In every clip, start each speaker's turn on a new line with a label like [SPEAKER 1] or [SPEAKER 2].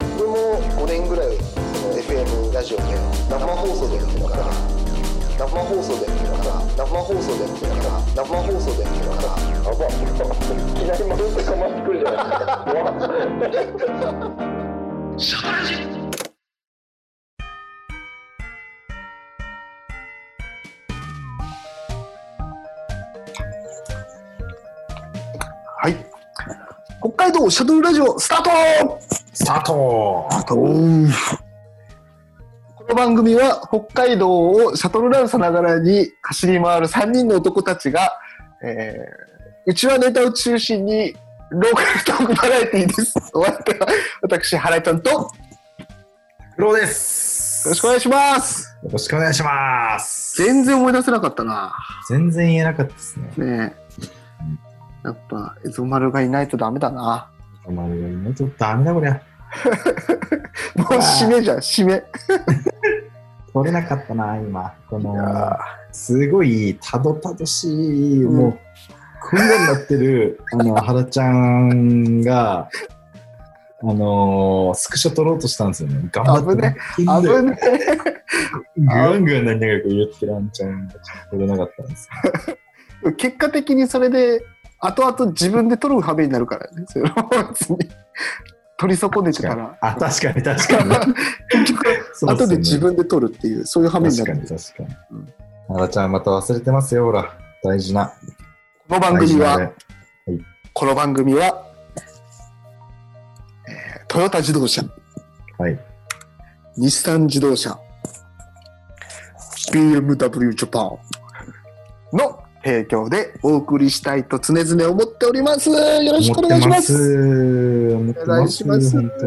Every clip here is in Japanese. [SPEAKER 1] 自分も5年ぐらいその FM ラジオで生放送でやってたから生放送でやってたから生放送でやってたから生放送でやってたから
[SPEAKER 2] やばいきなりマウントかまってくるじゃないですか
[SPEAKER 1] はい北海道シャトルラジオスタート
[SPEAKER 3] スタート
[SPEAKER 1] スタートこの番組は北海道をシャトルランさながらに走り回る3人の男たちが、えー、うちはネタを中心にローカルトークバラエティです。お相手は私、原井ちゃんと、よ
[SPEAKER 3] ローです
[SPEAKER 1] ろしくお願いします。
[SPEAKER 3] よろしくお願いします
[SPEAKER 1] 全然思い出せなかったな。
[SPEAKER 3] 全然言えなかったですね
[SPEAKER 1] ねえ。やっぱ、エゾマルがいないとダメだな。
[SPEAKER 3] お前がいないとダメだこりゃ
[SPEAKER 1] もう締めじゃん、締め。
[SPEAKER 3] 取れなかったな今こ
[SPEAKER 1] いや
[SPEAKER 3] のすごいたどたどしい、
[SPEAKER 1] うん
[SPEAKER 3] もうこんなになってるあの原ちゃんがあのースクショ撮ろうとしたんですよね頑張って危
[SPEAKER 1] 危ね
[SPEAKER 3] グワングワンなりながらこう言ってるあんちゃんが取れなかったんです
[SPEAKER 1] え。結果的にそれで、後々自分で取る羽目になるからね。それは別に。取り損ねてたら。
[SPEAKER 3] あ確かに確かに
[SPEAKER 1] 結局、
[SPEAKER 3] そうすね
[SPEAKER 1] 後で自分で取るっていう、そういう羽目に
[SPEAKER 3] 確
[SPEAKER 1] な
[SPEAKER 3] か
[SPEAKER 1] る
[SPEAKER 3] に。確かに。奈良ちゃんまた忘れてますよ、ほら。大事な。
[SPEAKER 1] この番
[SPEAKER 3] 大事
[SPEAKER 1] 組
[SPEAKER 3] な
[SPEAKER 1] は、
[SPEAKER 3] ね
[SPEAKER 1] この番組は、えートヨタ自動車、
[SPEAKER 3] はい。
[SPEAKER 1] 日産自動車、BMW ジャパンの提供でお送りしたいと常々思っております。よろしくお願いします。
[SPEAKER 3] 思って
[SPEAKER 1] お願
[SPEAKER 3] ま
[SPEAKER 1] い
[SPEAKER 3] す。
[SPEAKER 1] し
[SPEAKER 3] 思って
[SPEAKER 1] ま。
[SPEAKER 3] ますす。本当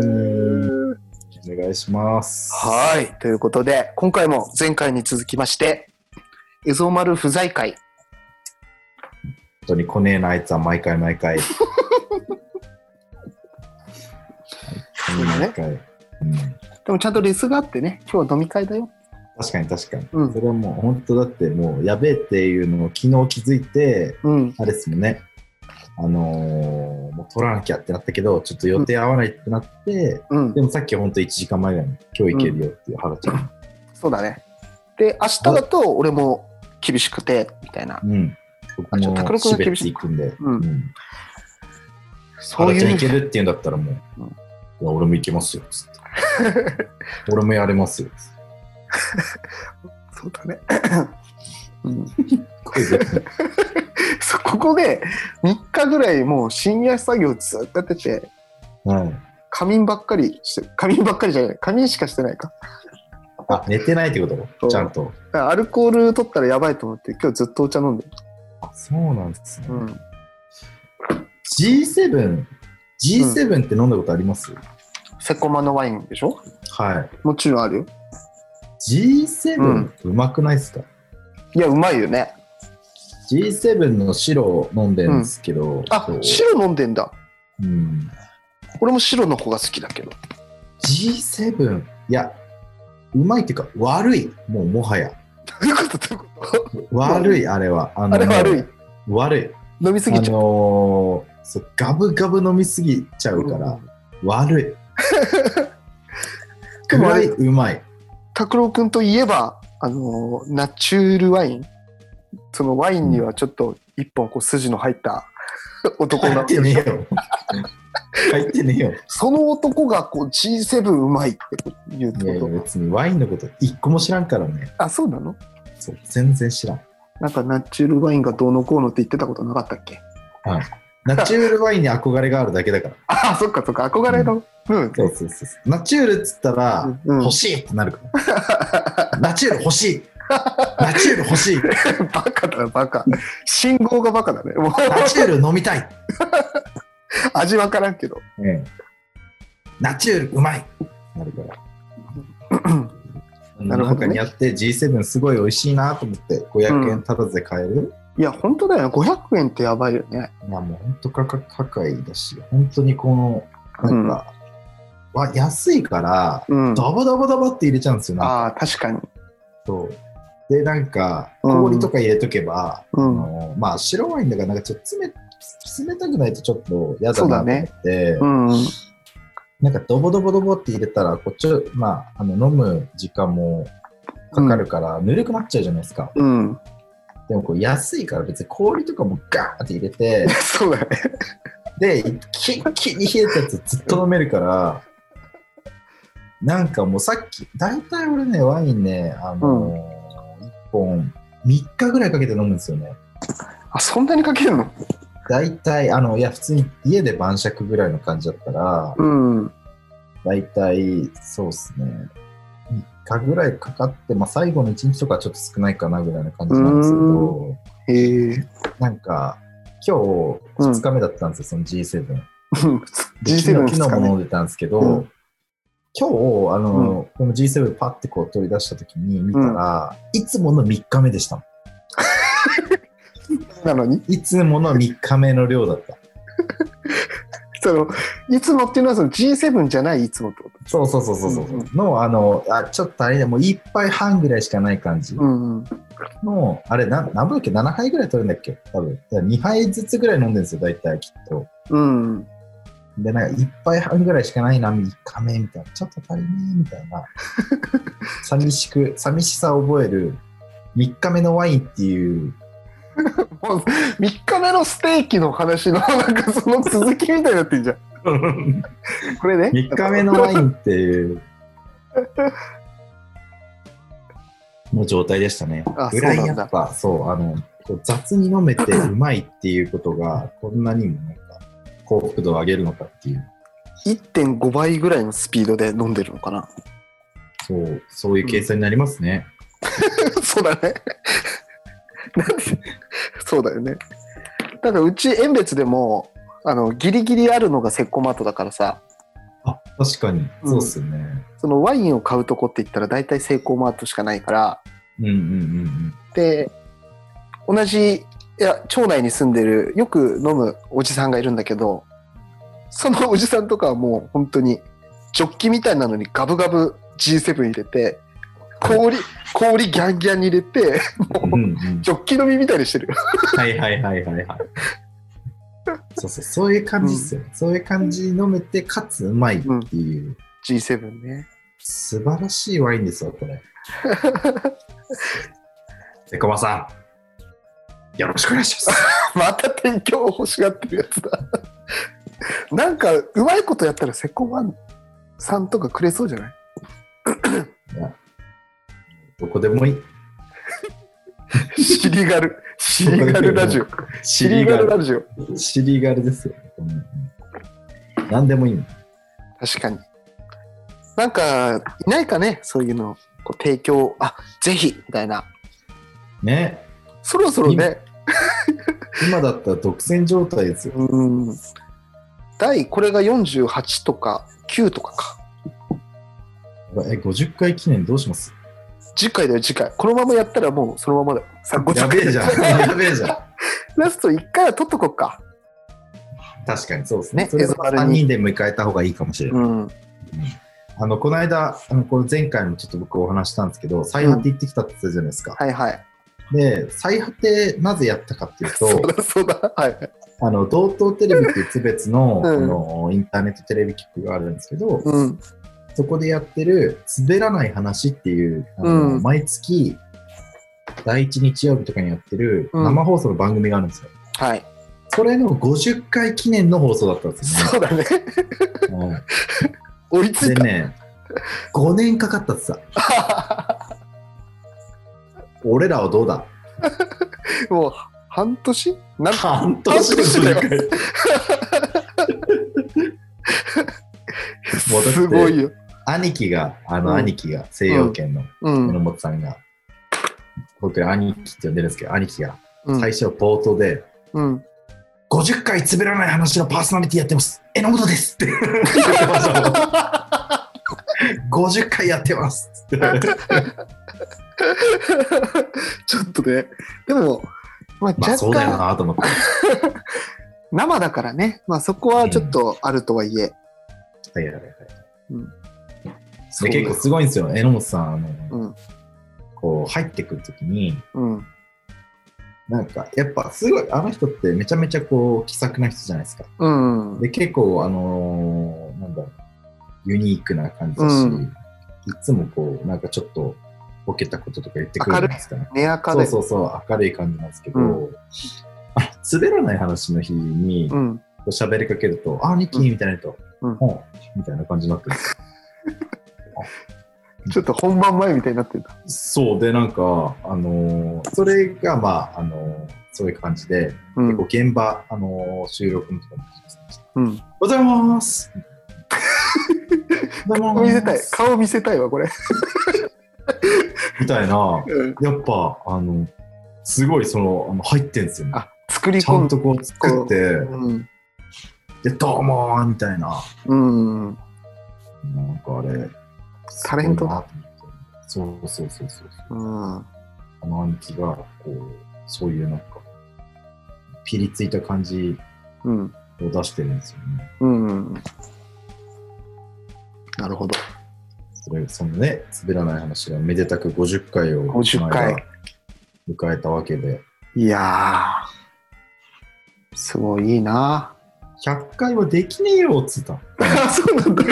[SPEAKER 3] に。お願いします。
[SPEAKER 1] はい。ということで、今回も前回に続きまして、エゾマル不在会。
[SPEAKER 3] 本当に来ねえな、あいつは毎回毎回。毎回。うん
[SPEAKER 1] でもちゃんとレスがあってね、今日は飲み会だよ。
[SPEAKER 3] 確かに確かに。
[SPEAKER 1] うん
[SPEAKER 3] それはもう本当だってもうやべえっていうのを昨日気づいて、
[SPEAKER 1] うん。
[SPEAKER 3] あれですもんね。あのーもう取らなきゃってなったけど、ちょっと予定合わないってなって、
[SPEAKER 1] うん
[SPEAKER 3] で。もさっきほんと1時間前ぐらいに今日行けるよっていう原ちゃん。
[SPEAKER 1] そうだね。で、明日だと俺も厳しくて、みたいな。
[SPEAKER 3] うん。僕
[SPEAKER 1] あちょっと
[SPEAKER 3] も
[SPEAKER 1] 拓郎君
[SPEAKER 3] し
[SPEAKER 1] が
[SPEAKER 3] べっ
[SPEAKER 1] 厳
[SPEAKER 3] て
[SPEAKER 1] しい
[SPEAKER 3] いくんで。
[SPEAKER 1] うん
[SPEAKER 3] ん。
[SPEAKER 1] そう
[SPEAKER 3] 原ちゃん
[SPEAKER 1] い
[SPEAKER 3] 行け
[SPEAKER 1] う。
[SPEAKER 3] るって言うんだったらもう、
[SPEAKER 1] うん
[SPEAKER 3] いや俺も行けますよ、つって。 俺もやれますよ、つって。
[SPEAKER 1] そうだね。 うん、
[SPEAKER 3] これ で
[SPEAKER 1] そうここで3日ぐらいもう深夜作業ずっとやってて
[SPEAKER 3] うん。
[SPEAKER 1] 仮眠ばっかりして仮眠ばっかりじゃない仮眠しかしてないか
[SPEAKER 3] あ、寝てないってこと
[SPEAKER 1] そう
[SPEAKER 3] ちゃんと。
[SPEAKER 1] だからアルコール取ったらやばいと思って今日ずっとお茶飲んでる、
[SPEAKER 3] あそうなんですね。
[SPEAKER 1] うん、
[SPEAKER 3] G7、G7 って飲んだことあります
[SPEAKER 1] セコマのワインでしょ
[SPEAKER 3] はい。
[SPEAKER 1] もちろんあるよ
[SPEAKER 3] G7 ってうまくないですか
[SPEAKER 1] いやうまいよね
[SPEAKER 3] ?G7 の白を飲んでるんですけど。
[SPEAKER 1] あ
[SPEAKER 3] そう
[SPEAKER 1] 白飲んでんだ
[SPEAKER 3] うん。
[SPEAKER 1] 俺も白の方が好きだけど
[SPEAKER 3] G7 いやうまいっていうか悪いもうもはや
[SPEAKER 1] どういうことどういうこと
[SPEAKER 3] 悪いあれはあ
[SPEAKER 1] あれ悪い
[SPEAKER 3] い悪い
[SPEAKER 1] 飲みす
[SPEAKER 3] あ
[SPEAKER 1] ぎちゃう、
[SPEAKER 3] のーそうガブガブ飲みすぎちゃうから、悪い
[SPEAKER 1] で
[SPEAKER 3] ぐ
[SPEAKER 1] もあ
[SPEAKER 3] ら
[SPEAKER 1] れ
[SPEAKER 3] いうまい
[SPEAKER 1] 拓郎君といえばあのナチュールワインそのワインにはちょっと一本こう筋の入った 男
[SPEAKER 3] 入
[SPEAKER 1] が
[SPEAKER 3] ってねえ よ入ってねえよ
[SPEAKER 1] その男がこう G7 うまいって言うっ
[SPEAKER 3] いや
[SPEAKER 1] て
[SPEAKER 3] いや
[SPEAKER 1] こと
[SPEAKER 3] 別にワインのこと一個も知らんからね
[SPEAKER 1] あそうなの
[SPEAKER 3] そう全然知らん
[SPEAKER 1] なんかナチュールワインがどうのこうのって言ってたことなかったっけ
[SPEAKER 3] ナチュールワインに憧れがあるだけだから
[SPEAKER 1] あそっかそっか憧れのうん
[SPEAKER 3] そうそうそうそうナチュールっつったら、
[SPEAKER 1] うん
[SPEAKER 3] 欲しいってなるから。ナチュール欲しい。ナチュール欲しい。
[SPEAKER 1] バカだなバカ信号がバカだねもう
[SPEAKER 3] ナチュール飲みたい。
[SPEAKER 1] 味わからんけど
[SPEAKER 3] ナチュールうまい。なるから。
[SPEAKER 1] なるほどね
[SPEAKER 3] んかにあって G7 すごい美味しいなと思って500
[SPEAKER 1] うん
[SPEAKER 3] 円ただで買える。
[SPEAKER 1] いや本当だよね500円ってやばいよね
[SPEAKER 3] いやもう本当価格高いだし、本当にこの、なんか、わ安いから、
[SPEAKER 1] うん
[SPEAKER 3] ダバダバダバって入れちゃうんですよ、なんか
[SPEAKER 1] ああ確かに
[SPEAKER 3] そうで、なんか、
[SPEAKER 1] うん
[SPEAKER 3] 氷とか入れとけば、
[SPEAKER 1] う
[SPEAKER 3] あ
[SPEAKER 1] ん
[SPEAKER 3] のまあ白ワインだからなんかちょっと冷冷たくないとちょっと嫌だなと思って、
[SPEAKER 1] うん
[SPEAKER 3] なんかドボドボドボって入れたら、こっち、まあ、あの飲む時間もかかるから、ぬるくなっちゃうじゃないですか。
[SPEAKER 1] うん。
[SPEAKER 3] でもこう安いから別に氷とかもガーって入れ て、
[SPEAKER 1] そうだね。
[SPEAKER 3] で、キンキンに冷えたやつずっと飲めるから、なんかもうさっき、大体俺ね、ワインね、あのー一本、3日ぐらいかけて飲むんですよね。
[SPEAKER 1] あ、そんなにかけるの
[SPEAKER 3] 大体、あの、いや、普通に家で晩酌ぐらいの感じだったら、
[SPEAKER 1] うん。
[SPEAKER 3] 大体、そうですね、3日ぐらいかかって、まあ、最後の1日とかちょっと少ないかなぐらいの感じなんですけど、
[SPEAKER 1] へえ。
[SPEAKER 3] なんか、今日
[SPEAKER 1] うん
[SPEAKER 3] 2日目だったんですよ、その G7。で
[SPEAKER 1] G7
[SPEAKER 3] 昨
[SPEAKER 1] で
[SPEAKER 3] 日
[SPEAKER 1] すか
[SPEAKER 3] 昨日も飲
[SPEAKER 1] ね。
[SPEAKER 3] んでたんですけど、
[SPEAKER 1] うん
[SPEAKER 3] 今日あの、この G7 パッてこう取り出した時に見たら、いつもの3日目でしたもん
[SPEAKER 1] なのに、
[SPEAKER 3] いつもの3日目の量だった
[SPEAKER 1] その、いつもっていうのはその G7 じゃないいつもってこと。
[SPEAKER 3] そうそうそうそうそう、
[SPEAKER 1] うんうん
[SPEAKER 3] のあのあちょっとあれでもう1杯半ぐらいしかない感じの、
[SPEAKER 1] んうん。
[SPEAKER 3] あれな何分だっけ7杯ぐらい取るんだっけ多分2杯ずつぐらい飲んでるんですよ大体きっと
[SPEAKER 1] うん。
[SPEAKER 3] でなんか1杯半ぐらいしかないな3日目みたいなちょっと足りねえみたい な寂しく寂しさを覚える3日目のワインって いう
[SPEAKER 1] もう3日目のステーキの話のなんかその続きみたいになってんじゃん。
[SPEAKER 3] 3
[SPEAKER 1] これね。
[SPEAKER 3] 日目のワインっていうの状態でしたね
[SPEAKER 1] あ。
[SPEAKER 3] ぐらい
[SPEAKER 1] そうな
[SPEAKER 3] や
[SPEAKER 1] んだ
[SPEAKER 3] っぱそうあのこう雑に飲めてうまいっていうことがこんなにもなんか幸福度を上げるのかっていう
[SPEAKER 1] 1.5倍ぐらいのスピードで飲んでるのかな。
[SPEAKER 3] そうそういう計算になりますね。
[SPEAKER 1] そうだね。なんでそうだよね。なんかうち遠別でもあのギリギリあるのがセッコマートだからさ、
[SPEAKER 3] あ確かにそうっすよね。
[SPEAKER 1] そのワインを買うとこって言ったら大体セイコーマートしかないから、
[SPEAKER 3] うんうんうんうん。
[SPEAKER 1] で、同じ、いや、町内に住んでる、よく飲むおじさんがいるんだけど、そのおじさんとかはもう本当に、ジョッキみたいなのにガブガブ G7 入れて、氷、氷ギャンギャンに入れて、
[SPEAKER 3] うんうん、
[SPEAKER 1] ジョッキ飲みみたいにしてるよ。
[SPEAKER 3] はいはいはいはいはい。そうそう、そういう感じっすよね。そういう感じ飲めて、かつうまいっていう、
[SPEAKER 1] G7 ね。
[SPEAKER 3] 素晴らしいワインですわ、こ れ。セコマさん、よろしくお願いします。
[SPEAKER 1] また提供を欲しがってるやつだ。なんか、うまいことやったらセコマンさんとかくれそうじゃない
[SPEAKER 3] どこでもいい。
[SPEAKER 1] シリガル、シリガルラジオ。シ
[SPEAKER 3] シ
[SPEAKER 1] リ
[SPEAKER 3] リ
[SPEAKER 1] ガ
[SPEAKER 3] ガ
[SPEAKER 1] ルラ
[SPEAKER 3] ル。
[SPEAKER 1] ジオ。
[SPEAKER 3] シリガルですよ。何でもいいの。
[SPEAKER 1] 確かに。なんか、いないかね、そういうの。こう提供、あ、ぜひ、みたいな。
[SPEAKER 3] ね。
[SPEAKER 1] そろそろね、
[SPEAKER 3] 今だったら独占状態ですよ。
[SPEAKER 1] うん。第、これが48とか9とかか。
[SPEAKER 3] え、50回記念どうします
[SPEAKER 1] 次回だよ、次回。このままやったらもうそのままだよ。さ50
[SPEAKER 3] やべえじゃん。 やべえじゃん。
[SPEAKER 1] ラスト1回は取っとこうか。
[SPEAKER 3] 確かにそうです
[SPEAKER 1] ね
[SPEAKER 3] ね。それは
[SPEAKER 1] 手触りに
[SPEAKER 3] 3人で迎えた方がいいかもしれない。
[SPEAKER 1] うん。
[SPEAKER 3] あのこの間、あのこれ前回もちょっと僕お話したんですけど、最果て行ってきたって言ったじゃないですか。
[SPEAKER 1] はいはい。
[SPEAKER 3] で、最果てなぜやったかっていう
[SPEAKER 1] そう
[SPEAKER 3] と、
[SPEAKER 1] だ、そうだ。はい。
[SPEAKER 3] あの同等テレビっていう別別の,、
[SPEAKER 1] うん
[SPEAKER 3] あのインターネットテレビ局があるんですけど、
[SPEAKER 1] うん。
[SPEAKER 3] そこでやってる滑らない話っていう、あの
[SPEAKER 1] うん
[SPEAKER 3] 毎月第1日曜日とかにやってる
[SPEAKER 1] うん
[SPEAKER 3] 生放送の番組があるんですよ。
[SPEAKER 1] はい。
[SPEAKER 3] それの50回記念の放送だったんですよね
[SPEAKER 1] そうだね。
[SPEAKER 3] うん。
[SPEAKER 1] 追いつ
[SPEAKER 3] で
[SPEAKER 1] いた。
[SPEAKER 3] ね、5年かかった ってさ。俺らはどうだ
[SPEAKER 1] もう、半年なんか、
[SPEAKER 3] 半
[SPEAKER 1] 年で
[SPEAKER 3] 半年
[SPEAKER 1] 10
[SPEAKER 3] だよもうだって
[SPEAKER 1] すごいよ。
[SPEAKER 3] 兄貴が、あの
[SPEAKER 1] うん
[SPEAKER 3] 兄貴が、西洋圏の
[SPEAKER 1] う
[SPEAKER 3] 榎
[SPEAKER 1] ん。
[SPEAKER 3] 本さんが、僕ら兄貴って呼んでるんですけど、兄貴が
[SPEAKER 1] うん
[SPEAKER 3] 最初冒頭で、
[SPEAKER 1] うん。
[SPEAKER 3] 50回滑らない話のパーソナリティやってます榎本ですって 言ってましたもん50回やってますって言って
[SPEAKER 1] ちょっとね、でも、
[SPEAKER 3] ま
[SPEAKER 1] まあ、
[SPEAKER 3] あ
[SPEAKER 1] 若
[SPEAKER 3] そうだよ
[SPEAKER 1] 干
[SPEAKER 3] なと思って
[SPEAKER 1] 生だからね、まあ、そこはちょっとあるとはいえ、
[SPEAKER 3] はいはいはいはい
[SPEAKER 1] うん
[SPEAKER 3] で結構すごいんですよ榎本さんあの、
[SPEAKER 1] うん
[SPEAKER 3] こう入ってくるときに
[SPEAKER 1] うん、
[SPEAKER 3] なんかやっぱすごいあの人ってめちゃめちゃこう気さくな人じゃないですか
[SPEAKER 1] うん、
[SPEAKER 3] で結構あのーなんだろうユニークな感じだし、
[SPEAKER 1] うん
[SPEAKER 3] いつもこう、なんかちょっとボケたこととか言ってくるじゃないですか、ね。
[SPEAKER 1] ネアカ
[SPEAKER 3] そ
[SPEAKER 1] で
[SPEAKER 3] うそうそう、明るい感じなんですけど、
[SPEAKER 1] う
[SPEAKER 3] あ滑らない話の日にこ
[SPEAKER 1] うん
[SPEAKER 3] う喋りかけると、あ、ニッキーみたいなと、
[SPEAKER 1] うん
[SPEAKER 3] ほうみたいな感じになってる。
[SPEAKER 1] ちょっと本番前みたいになってた
[SPEAKER 3] そうで、なんか、あのーそれがまあ、あのーそういう感じで、
[SPEAKER 1] う
[SPEAKER 3] 結
[SPEAKER 1] ん
[SPEAKER 3] 構現場、あのー収録のとかも、
[SPEAKER 1] う
[SPEAKER 3] お
[SPEAKER 1] ん
[SPEAKER 3] はようござい ます。おはようご
[SPEAKER 1] 見
[SPEAKER 3] ざ
[SPEAKER 1] せ
[SPEAKER 3] いま
[SPEAKER 1] たい
[SPEAKER 3] す
[SPEAKER 1] 顔見せたいわこれ
[SPEAKER 3] みたいな、やっぱ、あの、すごい、その、あの入ってんですよね。
[SPEAKER 1] あ 作り
[SPEAKER 3] ちゃ
[SPEAKER 1] 込
[SPEAKER 3] ん
[SPEAKER 1] んで
[SPEAKER 3] とこう作って、
[SPEAKER 1] うん
[SPEAKER 3] で、どうもーみたいな。
[SPEAKER 1] うん
[SPEAKER 3] なんかあれ、
[SPEAKER 1] タレントだ
[SPEAKER 3] すごいなと思ってそうそうそうそうそう。
[SPEAKER 1] うん
[SPEAKER 3] あの兄貴が、こう、そういうなんか、ピリついた感じ
[SPEAKER 1] うん
[SPEAKER 3] を出してるんですよね。
[SPEAKER 1] うんなるほど
[SPEAKER 3] それ、そのね、滑らない話がめでたく50回を
[SPEAKER 1] 50回
[SPEAKER 3] この間迎えたわけで、
[SPEAKER 1] いやーすごいいいな
[SPEAKER 3] 100回はできねえよっつ ったの。
[SPEAKER 1] あ そうなんだ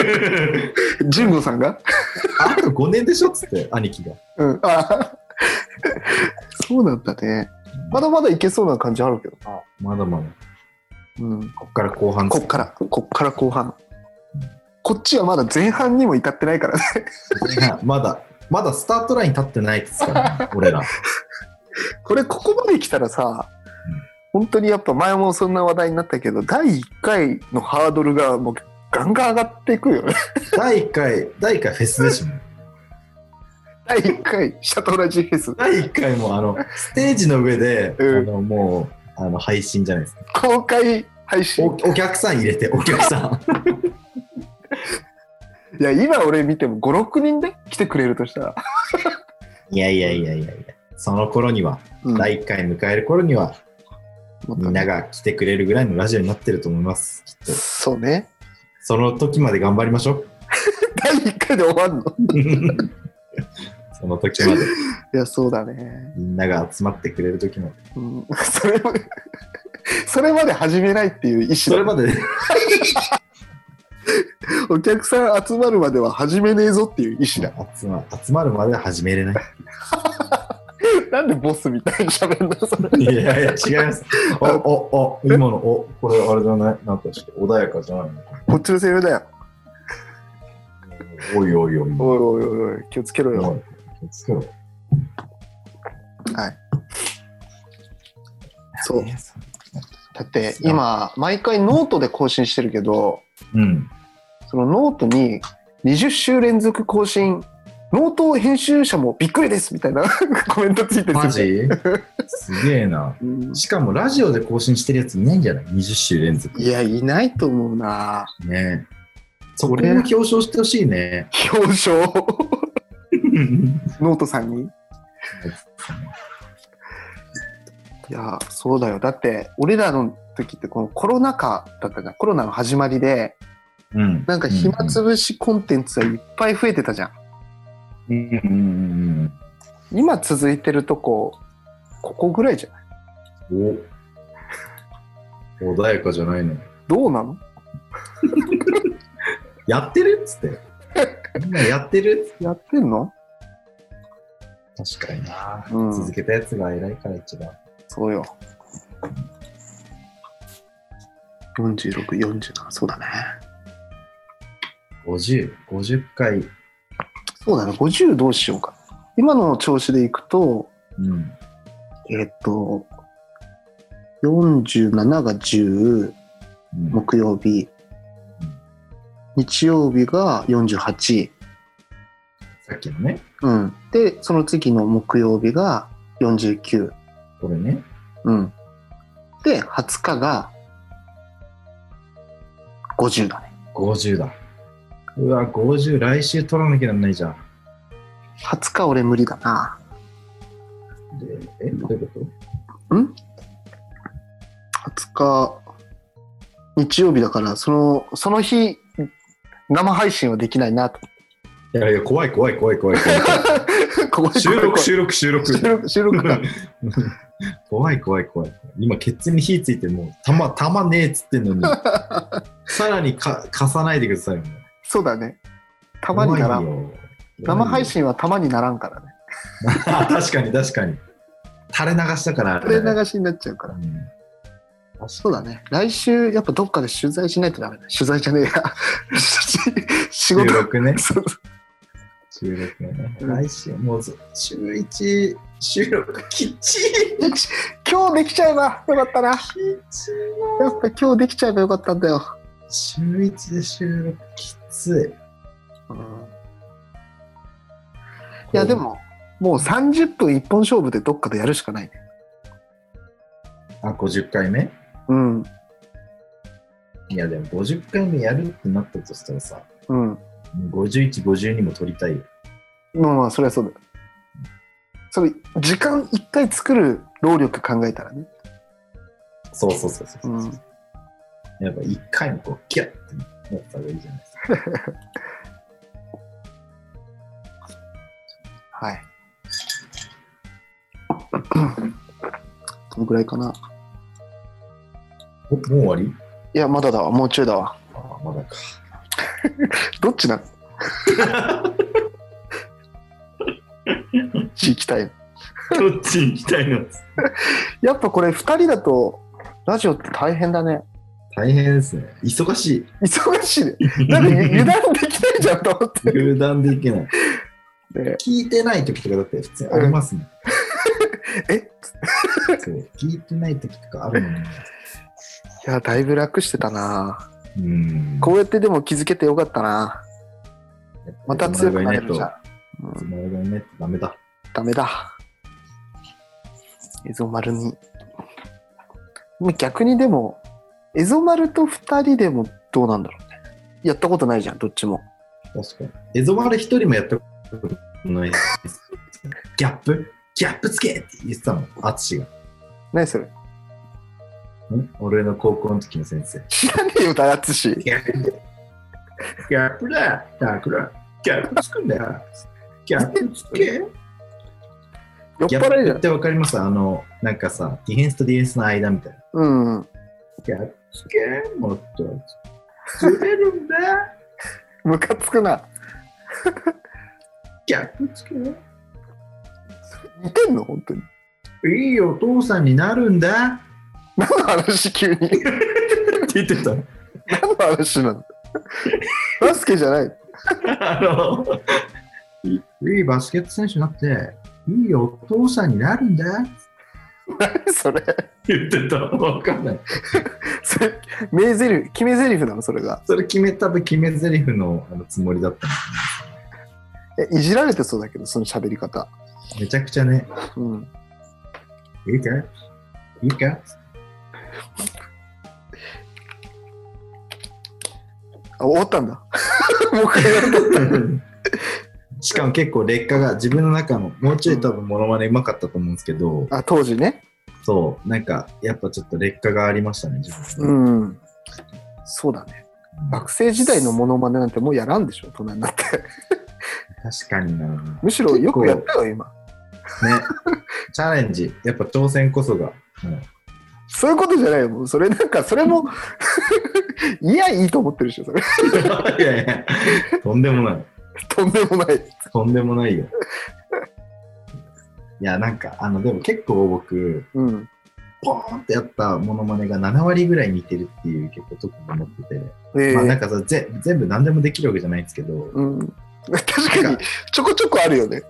[SPEAKER 1] 神保さんが
[SPEAKER 3] あと5年でしょっつって、兄貴が。
[SPEAKER 1] うんあそうなんだねまだまだいけそうな感じあるけどな
[SPEAKER 3] まだまだ。
[SPEAKER 1] うん
[SPEAKER 3] こっから後半で
[SPEAKER 1] こ
[SPEAKER 3] す
[SPEAKER 1] っからこっから後半こっちはまだ前半にも至ってないからね
[SPEAKER 3] まだ、まだスタートライン立ってないですから、 ね、俺ら。
[SPEAKER 1] これここまで来たらさ本当にやっぱ前もそんな話題になったけど第1回のハードルがもうガンガン上がっていくよね
[SPEAKER 3] 第1回、第1回フェスでしょ。
[SPEAKER 1] 第1回シャトラジフェス
[SPEAKER 3] 第1回も、あの、ステージの上で、
[SPEAKER 1] うん
[SPEAKER 3] あのもう、あの配信じゃないですか。
[SPEAKER 1] 公開配信
[SPEAKER 3] おお客さん入れて、お客さん。
[SPEAKER 1] いや今俺見ても56人で来てくれるとしたら、
[SPEAKER 3] いやいやいやいやいや。その頃には、
[SPEAKER 1] うん
[SPEAKER 3] 第1回迎える頃には、
[SPEAKER 1] もっとね
[SPEAKER 3] みんなが来てくれるぐらいのラジオになってると思います。きっと。
[SPEAKER 1] そうね
[SPEAKER 3] その時まで頑張りましょ う。
[SPEAKER 1] 第1回で終わるの
[SPEAKER 3] その時まで、
[SPEAKER 1] いやそうだね、
[SPEAKER 3] みんなが集まってくれる時まで。
[SPEAKER 1] うん、 それもそれまで始めないっていう意思
[SPEAKER 3] それまで、
[SPEAKER 1] お客さん集まるまでは始めねえぞっていう意思 だ
[SPEAKER 3] 集ま集まるまで始めれない。
[SPEAKER 1] なんでボスみたいに喋んのそれ
[SPEAKER 3] いやいや、違います。お、お、お、今の、お、これあれじゃないなんかちょっと穏やかじゃないの
[SPEAKER 1] こっちのセリフだよ
[SPEAKER 3] おいおいおい。
[SPEAKER 1] おいおいおいおい気をつけろよ、
[SPEAKER 3] おい気をつけろ
[SPEAKER 1] そうだって今毎回ノートで更新してるけど
[SPEAKER 3] うん。
[SPEAKER 1] そのノートに20週連続更新ノート編集者もびっくりですみたいな コメントついてる
[SPEAKER 3] マジすげえな。
[SPEAKER 1] うん
[SPEAKER 3] しかもラジオで更新してるやついないんじゃない ?20 週連続。
[SPEAKER 1] いやいないと思うな
[SPEAKER 3] ねそこも表彰してほしいね。
[SPEAKER 1] 表彰ノートさんにいやそうだよだって俺らの時ってこのコロナ禍だったじゃんコロナの始まりで
[SPEAKER 3] うん。
[SPEAKER 1] なんか暇つぶしコンテンツはいっぱい増えてたじゃん
[SPEAKER 3] うんうんうん
[SPEAKER 1] 今続いてるとこここぐらいじゃない
[SPEAKER 3] うんお穏やかじゃないの。
[SPEAKER 1] どうなの
[SPEAKER 3] やってるっつって。みんなやってるっつって
[SPEAKER 1] やってんの
[SPEAKER 3] 確かにな、
[SPEAKER 1] うん
[SPEAKER 3] 続けたやつが偉いから一番。
[SPEAKER 1] そうよ4647そうだね
[SPEAKER 3] 50、50回。
[SPEAKER 1] そうだね50どうしようか今の調子でいくと
[SPEAKER 3] うん。
[SPEAKER 1] えっと47が10
[SPEAKER 3] うん
[SPEAKER 1] 木曜日日曜日が48
[SPEAKER 3] さっきのね、
[SPEAKER 1] うんでその次の木曜日が49
[SPEAKER 3] これね。
[SPEAKER 1] うんで20日が50だね
[SPEAKER 3] 50だ。うわ、50、来週取らなきゃなんないじゃん。
[SPEAKER 1] 20日俺無理だな
[SPEAKER 3] でえ、どういうこ
[SPEAKER 1] 20日日曜日だからそのその日生配信はできないなと
[SPEAKER 3] といやいや、怖い怖い怖い 怖い怖
[SPEAKER 1] ここ
[SPEAKER 3] い。収録
[SPEAKER 1] 収
[SPEAKER 3] 収録収録。
[SPEAKER 1] 録収録か
[SPEAKER 3] 怖い怖い怖い。今、ケツに火ついて、もう、た ま、たまねえっつってんのに。さらにか、貸さないでくださいよ。もう
[SPEAKER 1] そうだねたまになら
[SPEAKER 3] うま
[SPEAKER 1] ん。
[SPEAKER 3] いよ
[SPEAKER 1] 生配信はたまにならんからね。
[SPEAKER 3] あ 確かに確かに。垂れ流したからあ
[SPEAKER 1] 垂
[SPEAKER 3] れ
[SPEAKER 1] れ
[SPEAKER 3] だね。
[SPEAKER 1] 流しになっちゃうから。
[SPEAKER 3] うん
[SPEAKER 1] そうだね。来週、やっぱどっかで取材しないとダメだ。取材じゃねえや。 仕事
[SPEAKER 3] 収。録ね。
[SPEAKER 1] そう
[SPEAKER 3] 収録ね。
[SPEAKER 1] うん
[SPEAKER 3] 来週、もうず週1収録きっちり。
[SPEAKER 1] 今日できちゃえばよかったな。や
[SPEAKER 3] きっち
[SPEAKER 1] っぱ今日できちゃえばよかったんだよ。
[SPEAKER 3] り週1で収録きつい。い
[SPEAKER 1] うんいや、で。も、もう30分一本勝負でどっかでやるしかないね。
[SPEAKER 3] あ、50回目
[SPEAKER 1] うん。
[SPEAKER 3] いや、でも50回目やるってなったとしたらさ、
[SPEAKER 1] うん。
[SPEAKER 3] 51、52も撮りたいよ。
[SPEAKER 1] まあまあ、それはそうだよ。それ、時間一回作る労力考えたらね。
[SPEAKER 3] そうそうそうそうう。
[SPEAKER 1] ん。
[SPEAKER 3] やっぱ1回もこう、キャッってなった方がいいじゃないですか。
[SPEAKER 1] はい。このぐらいかな。
[SPEAKER 3] おもう終わり
[SPEAKER 1] いや、まだだわ。もうちょいだわ。
[SPEAKER 3] あまだか。
[SPEAKER 1] どっちな のどっち行きたい
[SPEAKER 3] どっち行きたいの
[SPEAKER 1] やっぱこれ2人だとラジオって大変だね
[SPEAKER 3] 大変ですね。忙 し
[SPEAKER 1] 忙しいね
[SPEAKER 3] い。
[SPEAKER 1] なんか油断でき ないじゃんと思って
[SPEAKER 3] 油断で きない。
[SPEAKER 1] で
[SPEAKER 3] 聞いてない時とかだって普通にあります ね。
[SPEAKER 1] え
[SPEAKER 3] そう聞いてない時とかあるのに。
[SPEAKER 1] いやだいぶ楽してたな
[SPEAKER 3] うん
[SPEAKER 1] こうやってでも気づけてよかったなまた強くなれるじゃん、う
[SPEAKER 3] つ
[SPEAKER 1] ん、
[SPEAKER 3] まらないね。ダメだ。
[SPEAKER 1] ダメだエゾマルにもう逆にでもエゾマルと2人でもどうなんだろうねやったことないじゃんどっちも
[SPEAKER 3] 確かに。エゾマル一人もやったことないです。ギャップギャップつけって言ってたの、アツシが。ん
[SPEAKER 1] 何それ
[SPEAKER 3] 俺の高校の時の先生。
[SPEAKER 1] 知らねえよ、だつし。
[SPEAKER 3] ギャップギャップだだから、ギャップつくんだよ。ギャップつけ
[SPEAKER 1] 酔っ
[SPEAKER 3] ギャッ
[SPEAKER 1] 払いじ
[SPEAKER 3] プ
[SPEAKER 1] ゃ
[SPEAKER 3] っ
[SPEAKER 1] ん。
[SPEAKER 3] てわかりますあの、なんかさ、ディフェンスとディフェンスの間みたいな。
[SPEAKER 1] うんうん。
[SPEAKER 3] ギャップつけもっと。釣れるんだ
[SPEAKER 1] ムカつくな。
[SPEAKER 3] ギャップつけ
[SPEAKER 1] 似てんの本当に。
[SPEAKER 3] いいお父さんになるんだ
[SPEAKER 1] 何の話急に。
[SPEAKER 3] って言ってた。
[SPEAKER 1] 何の話なのバスケじゃない。
[SPEAKER 3] あの、いいバスケット選手になって、いいお父さんになるんだ
[SPEAKER 1] 何それ。
[SPEAKER 3] 言ってた。わかんない。
[SPEAKER 1] それ、 名ゼリフ、決めゼリフなのそれが。
[SPEAKER 3] それ決めたぶ決め台詞のあのつもりだった
[SPEAKER 1] え、いじられてそうだけど、その喋り方。
[SPEAKER 3] の。めちゃくちゃね、
[SPEAKER 1] うん。
[SPEAKER 3] いいかいいか
[SPEAKER 1] あ、終わったんだ。 もう一回やる
[SPEAKER 3] しかも結構劣化が自分の中のもうちょい多分モノマネうまかったと思うんですけど、
[SPEAKER 1] あ、当時ね。
[SPEAKER 3] そうなんかやっぱちょっと劣化がありましたね自分
[SPEAKER 1] う
[SPEAKER 3] の、
[SPEAKER 1] ん。そうだね。学生時代のモノマネなんてもうやらんでしょ、大人になって。
[SPEAKER 3] 確かになね
[SPEAKER 1] むしろよくやったよ、今。
[SPEAKER 3] チャレンジやっぱ挑戦こそが、 うん
[SPEAKER 1] そういうことじゃないよ。もうそれなんか、それも、 いや、いいと思ってるでしょ、それ。
[SPEAKER 3] いやいやとんでもない
[SPEAKER 1] とんでもない。
[SPEAKER 3] とんでもないよいやなんかあのでも結構僕
[SPEAKER 1] うん。
[SPEAKER 3] ポーンってやったモノマネが7割ぐらい似てるっていう結構特に思ってて、
[SPEAKER 1] ええ
[SPEAKER 3] まあなんかさぜ全部何でもできるわけじゃないんですけど、
[SPEAKER 1] うん。確かに、ちょこちょこあるよね。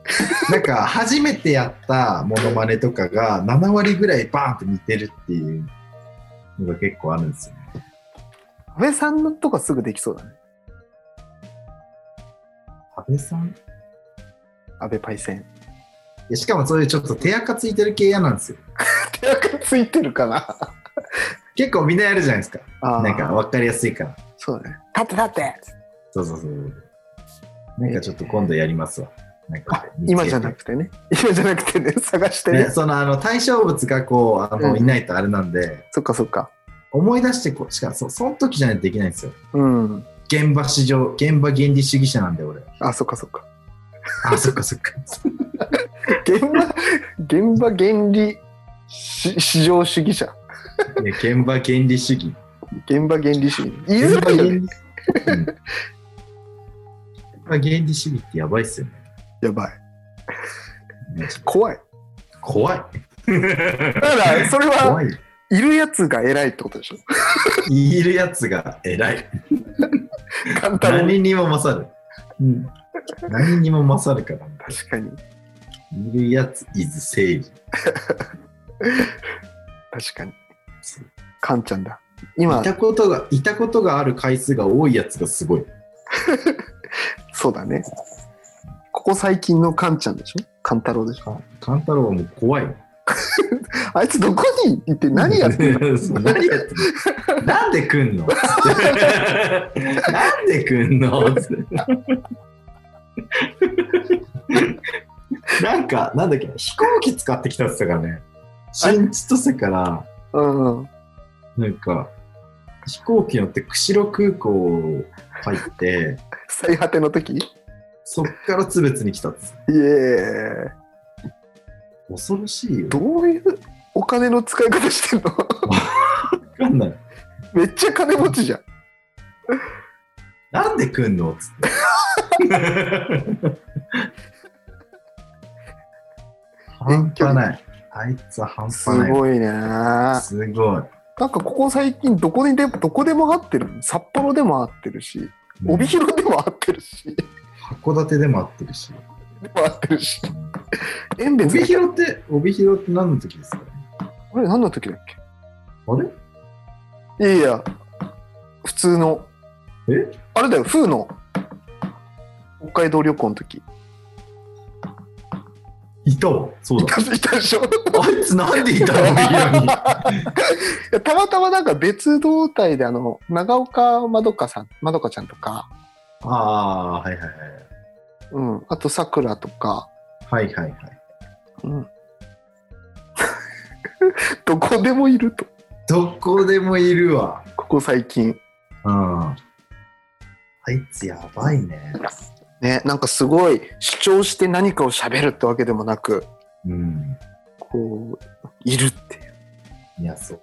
[SPEAKER 3] なんか初めてやったモノマネとかが7割ぐらいバーンって似てるっていうのが結構あるんですよね。
[SPEAKER 1] 安倍さんのとかすぐできそうだね。
[SPEAKER 3] 安倍さんい
[SPEAKER 1] 安倍パイセン。
[SPEAKER 3] やしかもそういうちょっと手垢ついてる系嫌なんですよ。
[SPEAKER 1] 手垢ついてるかな。
[SPEAKER 3] 結構みんなやるじゃないですか。
[SPEAKER 1] あー
[SPEAKER 3] なんか分かりやすいから。
[SPEAKER 1] そうだね。立って立って
[SPEAKER 3] そうそうそう。なんかちょっと今度やりますわ。なんか
[SPEAKER 1] 今じゃな
[SPEAKER 3] く
[SPEAKER 1] くてね。 今じゃなくてね、探して
[SPEAKER 3] て。
[SPEAKER 1] ね。
[SPEAKER 3] ね、そのあの対象物がこうあの、
[SPEAKER 1] うん
[SPEAKER 3] いないとあれなんで
[SPEAKER 1] そっかそっか。
[SPEAKER 3] 思い出してこうしかもそその時じゃないとできないんですよ
[SPEAKER 1] うん。
[SPEAKER 3] 現場市場現場原理主義者なんで俺
[SPEAKER 1] あ、そっかそっか。
[SPEAKER 3] あそっかそ っか
[SPEAKER 1] 現場、 現場原理、し市場主義者。
[SPEAKER 3] いや現場原理主義
[SPEAKER 1] 現場原理主義。言いづらいよね。
[SPEAKER 3] うんから原理主義ってやばいっすよね。
[SPEAKER 1] やばい。
[SPEAKER 3] ね
[SPEAKER 1] 怖い。
[SPEAKER 3] 怖い。
[SPEAKER 1] だから、それは、
[SPEAKER 3] 怖い。
[SPEAKER 1] いるやつが偉いってことでしょ。
[SPEAKER 3] いるやつが偉い。
[SPEAKER 1] 簡単に。
[SPEAKER 3] 何にも勝る。うん、何にも勝るから。
[SPEAKER 1] 確かに。
[SPEAKER 3] いるやつ is 正義。
[SPEAKER 1] 確かに。
[SPEAKER 3] そう
[SPEAKER 1] カンちゃんだ。今
[SPEAKER 3] い、たことが、いたことがある回数が多いやつがすごい。
[SPEAKER 1] そうだね。ここ最近のカンちゃんでしょカンタロウでしょ
[SPEAKER 3] か勘太郎はもう怖い。
[SPEAKER 1] あいつどこに行って何 やってんの
[SPEAKER 3] る何やってんのなんで来んの なんで来んの なんか、なんだっけ、飛行機使ってきたっつったからね。新千歳から、
[SPEAKER 1] うんうん。
[SPEAKER 3] なんか、飛行機乗って釧路空港入って、
[SPEAKER 1] 最果ての時イ
[SPEAKER 3] そっから津別に来たっつって
[SPEAKER 1] エーイ。
[SPEAKER 3] 恐ろしいよ。
[SPEAKER 1] どういうお金の使い方してんの
[SPEAKER 3] わかんない。
[SPEAKER 1] めっちゃ金持ちじゃん。
[SPEAKER 3] なんで来んのっつっ て。半端ない。あいつは半端
[SPEAKER 1] す
[SPEAKER 3] ない。
[SPEAKER 1] ごいね。なん
[SPEAKER 3] すごい。
[SPEAKER 1] かここ最近どこにでも、どこでも合ってるの札幌でも合ってるし、帯広でも合ってるし、で
[SPEAKER 3] 函館でも合ってるし。
[SPEAKER 1] も合ってるし、遠別
[SPEAKER 3] 帯
[SPEAKER 1] だけ
[SPEAKER 3] 広って、帯広って何の時ですかね
[SPEAKER 1] あれ何の時だっ
[SPEAKER 3] あれ
[SPEAKER 1] けいやいや、普通の、
[SPEAKER 3] え
[SPEAKER 1] あれだよ、風の北海道旅行の時。
[SPEAKER 3] いたわ。そう
[SPEAKER 1] い
[SPEAKER 3] だ。
[SPEAKER 1] たいたでしょ
[SPEAKER 3] あいつなんでい たの帯広に。
[SPEAKER 1] いやたまたまなんか別動態であの長岡まどかさんまどかちゃんとか、
[SPEAKER 3] ああー、はいはいはい。
[SPEAKER 1] うん、あとさくらとか、
[SPEAKER 3] はいはいはい。
[SPEAKER 1] うん、どこでもいると
[SPEAKER 3] どこでもいるわ。
[SPEAKER 1] ここ最近
[SPEAKER 3] うん。あいつやばいね。
[SPEAKER 1] ねなんかすごい主張して何かを喋るってわけでもなく
[SPEAKER 3] うん。
[SPEAKER 1] こういるっていう、
[SPEAKER 3] いや、そう。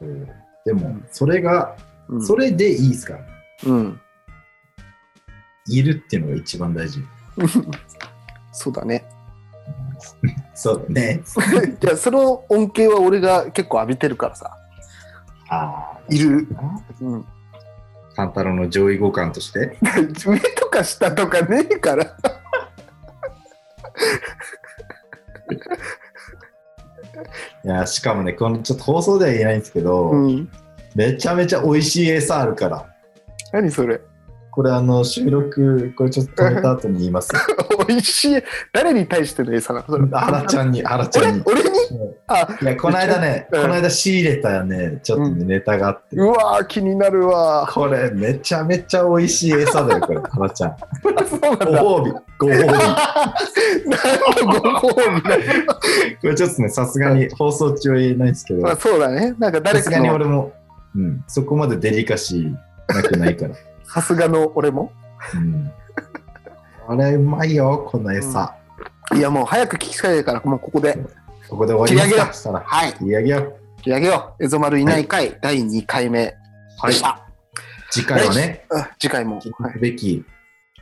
[SPEAKER 3] でも、それが、
[SPEAKER 1] うん、
[SPEAKER 3] それでいいですから、
[SPEAKER 1] うん
[SPEAKER 3] いるっていうのが一番大事。
[SPEAKER 1] そうだね
[SPEAKER 3] そうだね。
[SPEAKER 1] いやその恩恵は俺が結構浴びてるからさ
[SPEAKER 3] あ
[SPEAKER 1] いる、
[SPEAKER 3] あ。
[SPEAKER 1] うん、
[SPEAKER 3] カンタロウの上位互換として。
[SPEAKER 1] 上とか下とかねえから
[SPEAKER 3] いや、しかもね、このちょっと放送では言えないんですけど、
[SPEAKER 1] うん
[SPEAKER 3] めちゃめちゃ美味しい餌あるから。
[SPEAKER 1] 何それ
[SPEAKER 3] これあの収録、これちょっと止めた後に言い ます。
[SPEAKER 1] 美味しい誰に対しての餌なのそれ
[SPEAKER 3] 原ちゃんに、原ちゃ
[SPEAKER 1] 俺
[SPEAKER 3] んに。
[SPEAKER 1] 俺に
[SPEAKER 3] うん
[SPEAKER 1] あ
[SPEAKER 3] いや、この間ね、
[SPEAKER 1] うん
[SPEAKER 3] この間仕入れたね、ちょっとね、ネタがあって。
[SPEAKER 1] うわー気になるわ
[SPEAKER 3] これめちゃめちゃ美味しい餌だよ、これ、原 ちゃん。
[SPEAKER 1] ーそうなんだ
[SPEAKER 3] ご褒美、ご褒美。
[SPEAKER 1] 何のご褒美なの
[SPEAKER 3] これちょっとね、さすがに放送中は言えないんですけど
[SPEAKER 1] まあ、そうだねなんか
[SPEAKER 3] さ
[SPEAKER 1] 誰
[SPEAKER 3] す
[SPEAKER 1] か
[SPEAKER 3] がに俺
[SPEAKER 1] の
[SPEAKER 3] も、うん、そこまでデリカシーなくない から。
[SPEAKER 1] さすがの俺も
[SPEAKER 3] うん、あれ、うまいよ、この餌。
[SPEAKER 1] いやもう早く聞きたいからもうここで
[SPEAKER 3] ここで終わり
[SPEAKER 1] 切り上
[SPEAKER 3] ま
[SPEAKER 1] げ
[SPEAKER 3] す
[SPEAKER 1] よ
[SPEAKER 3] か
[SPEAKER 1] う
[SPEAKER 3] したら。
[SPEAKER 1] はい
[SPEAKER 3] 切り上げよう。
[SPEAKER 1] 切り上げようエゾ丸いない回、第2回目でした、
[SPEAKER 3] 次回はね、
[SPEAKER 1] あ次回も、
[SPEAKER 3] 記
[SPEAKER 1] はい
[SPEAKER 3] 念すべき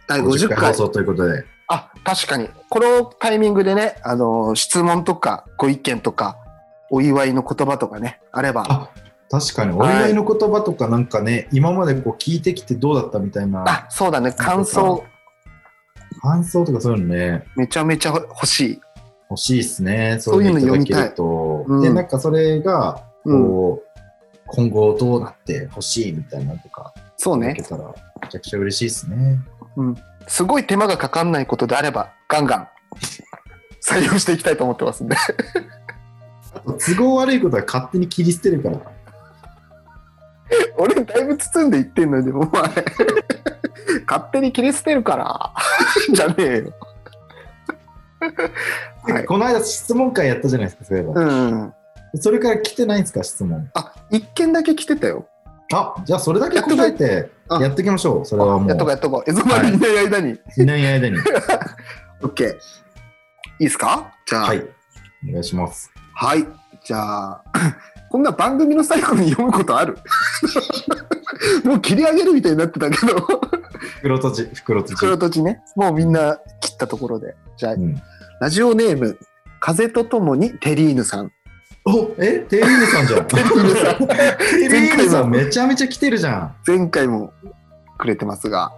[SPEAKER 1] 第50
[SPEAKER 3] 50回
[SPEAKER 1] 回
[SPEAKER 3] 放送ということで、
[SPEAKER 1] あ確かにこのタイミングでねあのー質問とかご意見とかお祝いの言葉とかねあれば
[SPEAKER 3] あ確かにお
[SPEAKER 1] はい
[SPEAKER 3] 祝いの言葉とかなんかね、今までこう聞いてきてどうだったみたいな
[SPEAKER 1] あそうだね感想
[SPEAKER 3] 感想とかそういうのね、
[SPEAKER 1] めちゃめちゃ欲しい。
[SPEAKER 3] 欲しいですね。
[SPEAKER 1] そういうの
[SPEAKER 3] そ
[SPEAKER 1] 読
[SPEAKER 3] う
[SPEAKER 1] み
[SPEAKER 3] い
[SPEAKER 1] た
[SPEAKER 3] だ
[SPEAKER 1] い
[SPEAKER 3] けると、
[SPEAKER 1] うん
[SPEAKER 3] で、なんかそれが、
[SPEAKER 1] うん、
[SPEAKER 3] こう、今後どうなってほしいみたいなのとか、
[SPEAKER 1] そう
[SPEAKER 3] いた
[SPEAKER 1] ね
[SPEAKER 3] だけ。たら、めちゃくちゃ嬉しいですね。
[SPEAKER 1] すごい手間がかかんないことであれば、ガンガン採用していきたいと思ってますんで。
[SPEAKER 3] あと都合悪いことは勝手に切り捨てるから。
[SPEAKER 1] 俺、だいぶ包んでいってんのに、お 前。勝手に切り捨てる から。じゃねえよ。はい
[SPEAKER 3] この間質問会やったじゃないですか、そういえば。
[SPEAKER 1] うん。
[SPEAKER 3] それから来てないんですか、質問。
[SPEAKER 1] あ、一件だけ来てたよ。
[SPEAKER 3] あじゃあそれだけ答えて
[SPEAKER 1] あ
[SPEAKER 3] やっていきましょう。それはも
[SPEAKER 1] やっと
[SPEAKER 3] う、
[SPEAKER 1] こうやっとこう。エゾマルいない間に。
[SPEAKER 3] いない間に。
[SPEAKER 1] OK。いいっすかじゃ あ、
[SPEAKER 3] はい。お願いします。
[SPEAKER 1] はい。じゃあ、こんな番組の最後に読むことある もう切り上げるみたいになってたけ ど、
[SPEAKER 3] 袋とじ、袋とじ。
[SPEAKER 1] 黒土地ね、もうみんな切ったところで。じゃあ、
[SPEAKER 3] うん、
[SPEAKER 1] ラジオネーム、風とともにテリーヌさん。
[SPEAKER 3] おえテリーヌさんじゃん。テリ
[SPEAKER 1] ーヌさん
[SPEAKER 3] ーヌさんめちゃめちゃ来てるじゃん。
[SPEAKER 1] 前回もくれてますが、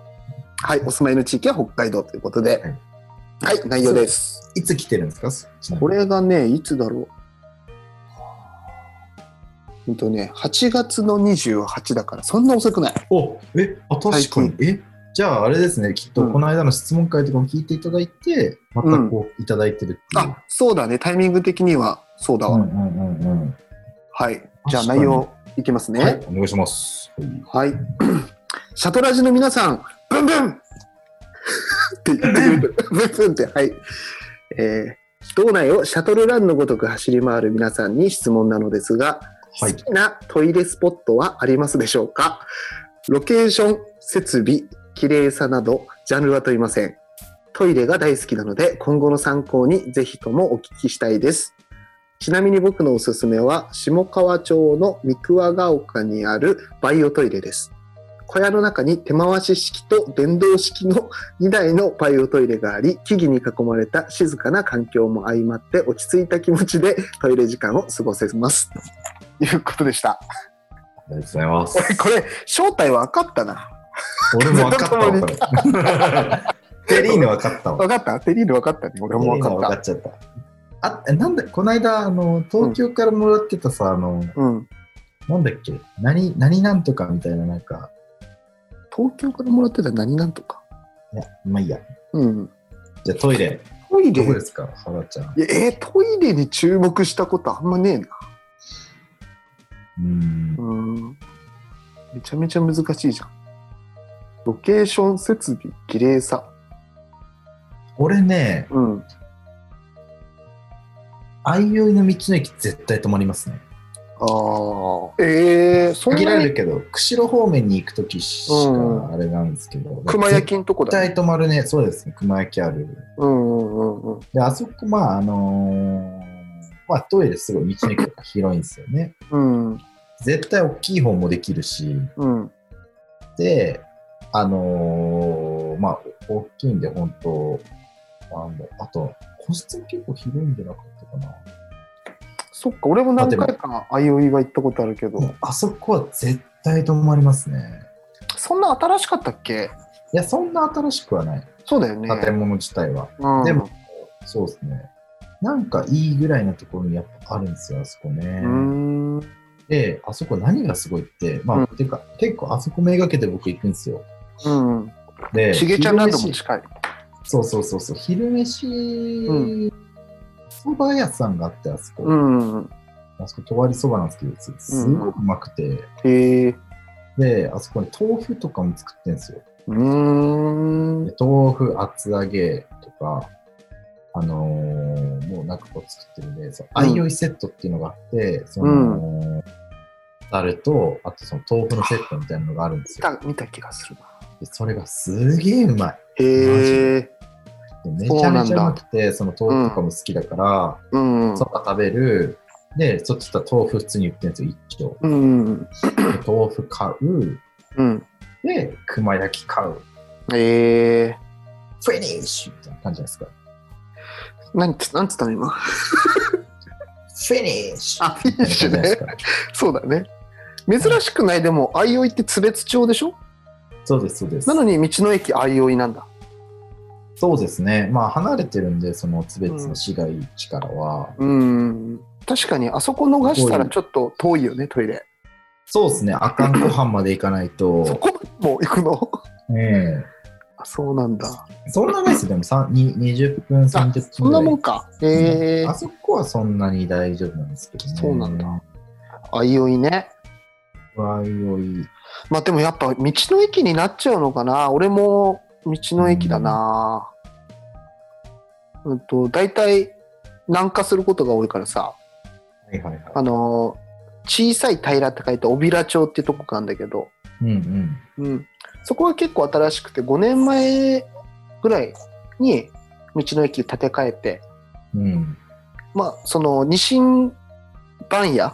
[SPEAKER 1] はい、お住まいの地域は北海道ということで、
[SPEAKER 3] はい
[SPEAKER 1] はい、内容です。
[SPEAKER 3] いつ来てるんですかそっちの
[SPEAKER 1] これがね、いつだろう。ほんとね、8月の28だから、そんな遅くない。
[SPEAKER 3] おえあ確かに
[SPEAKER 1] 最。
[SPEAKER 3] えじゃああれですね、きっ
[SPEAKER 1] う
[SPEAKER 3] と
[SPEAKER 1] ん
[SPEAKER 3] この間の質問会とかも聞いていただいて、またこういただいてるっていう。
[SPEAKER 1] あ、そうだね、タイミング的には、そうだわ。
[SPEAKER 3] うんうんうんうん。
[SPEAKER 1] はい、じゃあ
[SPEAKER 3] 確かに
[SPEAKER 1] 内容いきますね。
[SPEAKER 3] はい、お願いします。
[SPEAKER 1] はい。 シャトラジの皆さん、ブンブン って言ってくれた。ブンブンって、はい。えー、道内をシャトルランのごとく走り回る皆さんに質問なのです
[SPEAKER 3] は
[SPEAKER 1] が、
[SPEAKER 3] い
[SPEAKER 1] 好きなトイレスポットはありますでしょうかロケーション、設備、綺麗さなど、ジャンルは問いません。トイレが大好きなので、今後の参考にぜひともお聞きしたいです。ちなみに僕のおすすめは、下川町の三桑ヶ丘にあるバイオトイレです。小屋の中に手回し式と電動式の2台のバイオトイレがあり、木々に囲まれた静かな環境も相まって落ち着いた気持ちでトイレ時間を過ごせます。ということでした。
[SPEAKER 3] ありがとうございます。
[SPEAKER 1] これ、正体分かったな。
[SPEAKER 3] 俺も分かったわ、これ。テリーヌ分かったわ。
[SPEAKER 1] 分かったテリーヌ分かったね。俺も分か
[SPEAKER 3] 分
[SPEAKER 1] った。
[SPEAKER 3] かっちゃった。あ、えなんだ、この間、あの、東京からもらってたさ、あの、
[SPEAKER 1] うん。
[SPEAKER 3] なんだっけ、何、何なんとかみたいな、なんか、
[SPEAKER 1] 東京からもらってた何なんとか。
[SPEAKER 3] いや、まあいいや。
[SPEAKER 1] うん。
[SPEAKER 3] じゃあトイレ、
[SPEAKER 1] トイ
[SPEAKER 3] ど
[SPEAKER 1] レ
[SPEAKER 3] こですか、ハラちゃん。
[SPEAKER 1] いやえートイレに注目したことあんまねえな。
[SPEAKER 3] うーん
[SPEAKER 1] う、ーん。めちゃめちゃ難しいじゃん。ロケーション、設備、綺麗さ。
[SPEAKER 3] 俺ね、
[SPEAKER 1] うん。
[SPEAKER 3] あいおいの道の駅絶対止まりますね。
[SPEAKER 1] ああ。ええー、そん
[SPEAKER 3] 限ら
[SPEAKER 1] な
[SPEAKER 3] れ
[SPEAKER 1] に
[SPEAKER 3] るけど、釧路方面に行くときし
[SPEAKER 1] うん
[SPEAKER 3] かあれなんですけど、
[SPEAKER 1] 熊焼きんとこ
[SPEAKER 3] 絶
[SPEAKER 1] だ、ね。
[SPEAKER 3] 対止まるね、そうですね、熊焼きある。
[SPEAKER 1] うんうんうんうん。
[SPEAKER 3] で、あそこ、まあ、あのーまあ、トイレすごい道の駅とか広いんですよね。
[SPEAKER 1] うん
[SPEAKER 3] 絶対大きい方もできるし、
[SPEAKER 1] うん
[SPEAKER 3] で、あのーまあ、大きいんで、本当なんだあと、個室も結構広いんじゃなかったかな。
[SPEAKER 1] そっか、俺も何回かあいおいは行ったことあるけど、
[SPEAKER 3] もうあそこは絶対止まりますね。
[SPEAKER 1] そんな新しかったっけ
[SPEAKER 3] いや、そんな新しくはない、
[SPEAKER 1] そうだよね。
[SPEAKER 3] 建物自体は。
[SPEAKER 1] うん、
[SPEAKER 3] でも、そうですね。なんかいいぐらいなところにやっぱあるんですよ、あそこ
[SPEAKER 1] う
[SPEAKER 3] ね。
[SPEAKER 1] ーん。うん
[SPEAKER 3] で、あそこ何がすごいって、まあ、
[SPEAKER 1] うん
[SPEAKER 3] てか、結構あそこめがけて僕行くんですよ。
[SPEAKER 1] うん。
[SPEAKER 3] で、
[SPEAKER 1] しげちゃん
[SPEAKER 3] 昼
[SPEAKER 1] なん
[SPEAKER 3] 飯
[SPEAKER 1] とも近い。
[SPEAKER 3] そうそうそうそう、昼飯、
[SPEAKER 1] う
[SPEAKER 3] そば屋さんがあって、あそこ。
[SPEAKER 1] うん。
[SPEAKER 3] あそこ、とわりそばなんですけど、すすごくうまくて、
[SPEAKER 1] へえ。
[SPEAKER 3] で、あそこに豆腐とかも作ってんですよ。
[SPEAKER 1] うーん。
[SPEAKER 3] で豆腐、厚揚げとか、あのーもうなんかこう作ってるんで、その
[SPEAKER 1] うん
[SPEAKER 3] あいおいセットっていうのがあって、その、タレと、あとその豆腐のセットみたいなのがあるんです
[SPEAKER 1] 見
[SPEAKER 3] よ。
[SPEAKER 1] た見た気がするな。
[SPEAKER 3] でそれがすげえうまい。
[SPEAKER 1] へえ。
[SPEAKER 3] でめちゃめちゃうまくて、その豆腐とかも好きだから、
[SPEAKER 1] うん。
[SPEAKER 3] そば食べる。で、そっち行ったら豆腐普通に売ってるんですよ、一丁。
[SPEAKER 1] うん。
[SPEAKER 3] で 豆腐買う。
[SPEAKER 1] うん。
[SPEAKER 3] で、熊焼き買う。
[SPEAKER 1] へえ。
[SPEAKER 3] フィニッシュみたいな感じじゃないですか。
[SPEAKER 1] なんつ、なんつったの今。
[SPEAKER 3] フィニッシュ
[SPEAKER 1] あ、フィニッ
[SPEAKER 3] みた
[SPEAKER 1] シ
[SPEAKER 3] いな感じじゃ
[SPEAKER 1] ュ
[SPEAKER 3] ないです
[SPEAKER 1] ね。
[SPEAKER 3] か。
[SPEAKER 1] そうだね。珍しくないでも、あいおいって津別町でしょ
[SPEAKER 3] そうです、そう です。
[SPEAKER 1] なのに道の駅あいおいなんだ。
[SPEAKER 3] そうですね。まあ、離れてるんで、その津別の市街地からは。
[SPEAKER 1] うん。確かに、あそこ逃したらちょっと遠いよね、トイレ。
[SPEAKER 3] そうですね。阿寒湖畔まで行かない
[SPEAKER 1] そ
[SPEAKER 3] と。
[SPEAKER 1] こも行くの
[SPEAKER 3] え
[SPEAKER 1] あそうなんだ。
[SPEAKER 3] えそんなないですよ。でも、さんに20分、30分ぐらい。
[SPEAKER 1] そんなもんか。へえ
[SPEAKER 3] あ。そこはそんなに大丈夫なんですけどね。
[SPEAKER 1] そうなんだ。あいおいね。
[SPEAKER 3] わいおい。
[SPEAKER 1] まあでもやっぱ道の駅になっちゃうのかな。俺も道の駅だな。うんと、大体南下することが多いからさ、
[SPEAKER 3] はいはい
[SPEAKER 1] あ
[SPEAKER 3] は
[SPEAKER 1] のー小さい平って書いて小平町ってとこがあるんだけど、
[SPEAKER 3] い。うんうん。
[SPEAKER 1] うん、そこは結構新しくて5年前ぐらいに道の駅建て替えて、
[SPEAKER 3] うん。
[SPEAKER 1] まあ、そのニシン番屋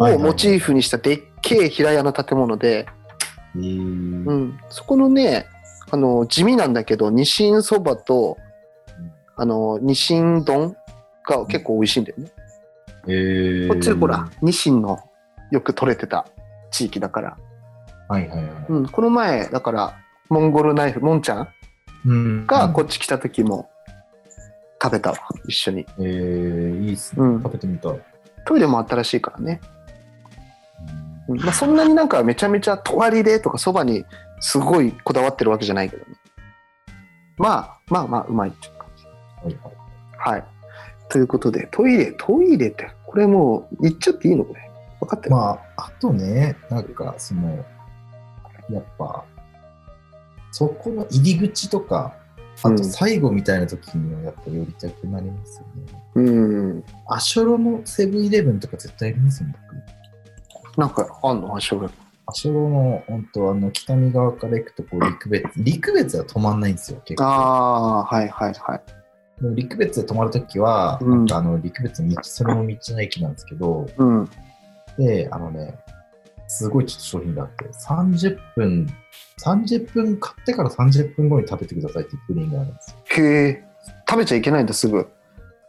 [SPEAKER 1] をモチーフにしたでっけえ平屋の建物で、
[SPEAKER 3] えー
[SPEAKER 1] うん、そこのねあの地味なんだけどニシンそばと
[SPEAKER 3] うん
[SPEAKER 1] あのニシン丼が結構美味しいんだよね、
[SPEAKER 3] えー
[SPEAKER 1] こっちほらニシンのよく取れてた地域だから、
[SPEAKER 3] はいはいはい
[SPEAKER 1] うん、この前だからモンゴルナイフモンちゃん
[SPEAKER 3] うん
[SPEAKER 1] がこっち来た時も食べたわ一緒に、
[SPEAKER 3] えー、いいっすね
[SPEAKER 1] うん、
[SPEAKER 3] 食べてみたい、
[SPEAKER 1] トイレも新しいからね、うんまあ、そんなになんかめちゃめちゃとわりでとかそばにすごいこだわってるわけじゃないけどねまあまあまあうまいっていうか
[SPEAKER 3] はいはい
[SPEAKER 1] はい。ということで、トイレ、トイレって、これもう、言っちゃっていいのこれ。分かってる、
[SPEAKER 3] まあ、あとね、なんか、その、やっぱ、そこの入り口とか、あ
[SPEAKER 1] う
[SPEAKER 3] と
[SPEAKER 1] ん
[SPEAKER 3] 最後みたいな時にはやっぱ寄りたくなりますよね。
[SPEAKER 1] うん。
[SPEAKER 3] アショロのセブンイレブンとか絶対ありますよね。
[SPEAKER 1] なんか、あんの足が。
[SPEAKER 3] アショロの、本当あの、北見側から行くと、こう、陸別、陸別は止まんないんですよ、結構。
[SPEAKER 1] ああー、はいはいはい。
[SPEAKER 3] もう陸別で止まるときは、
[SPEAKER 1] うん
[SPEAKER 3] なんかあの、陸別の道、それも道の駅なんですけど、
[SPEAKER 1] うん。
[SPEAKER 3] で、あのね、すごいちょっと商品があって、30分、30分買ってから30分後に食べてくださいっていうプリンがあるんですよ。
[SPEAKER 1] へえ。食べちゃいけないんだ、すぐ。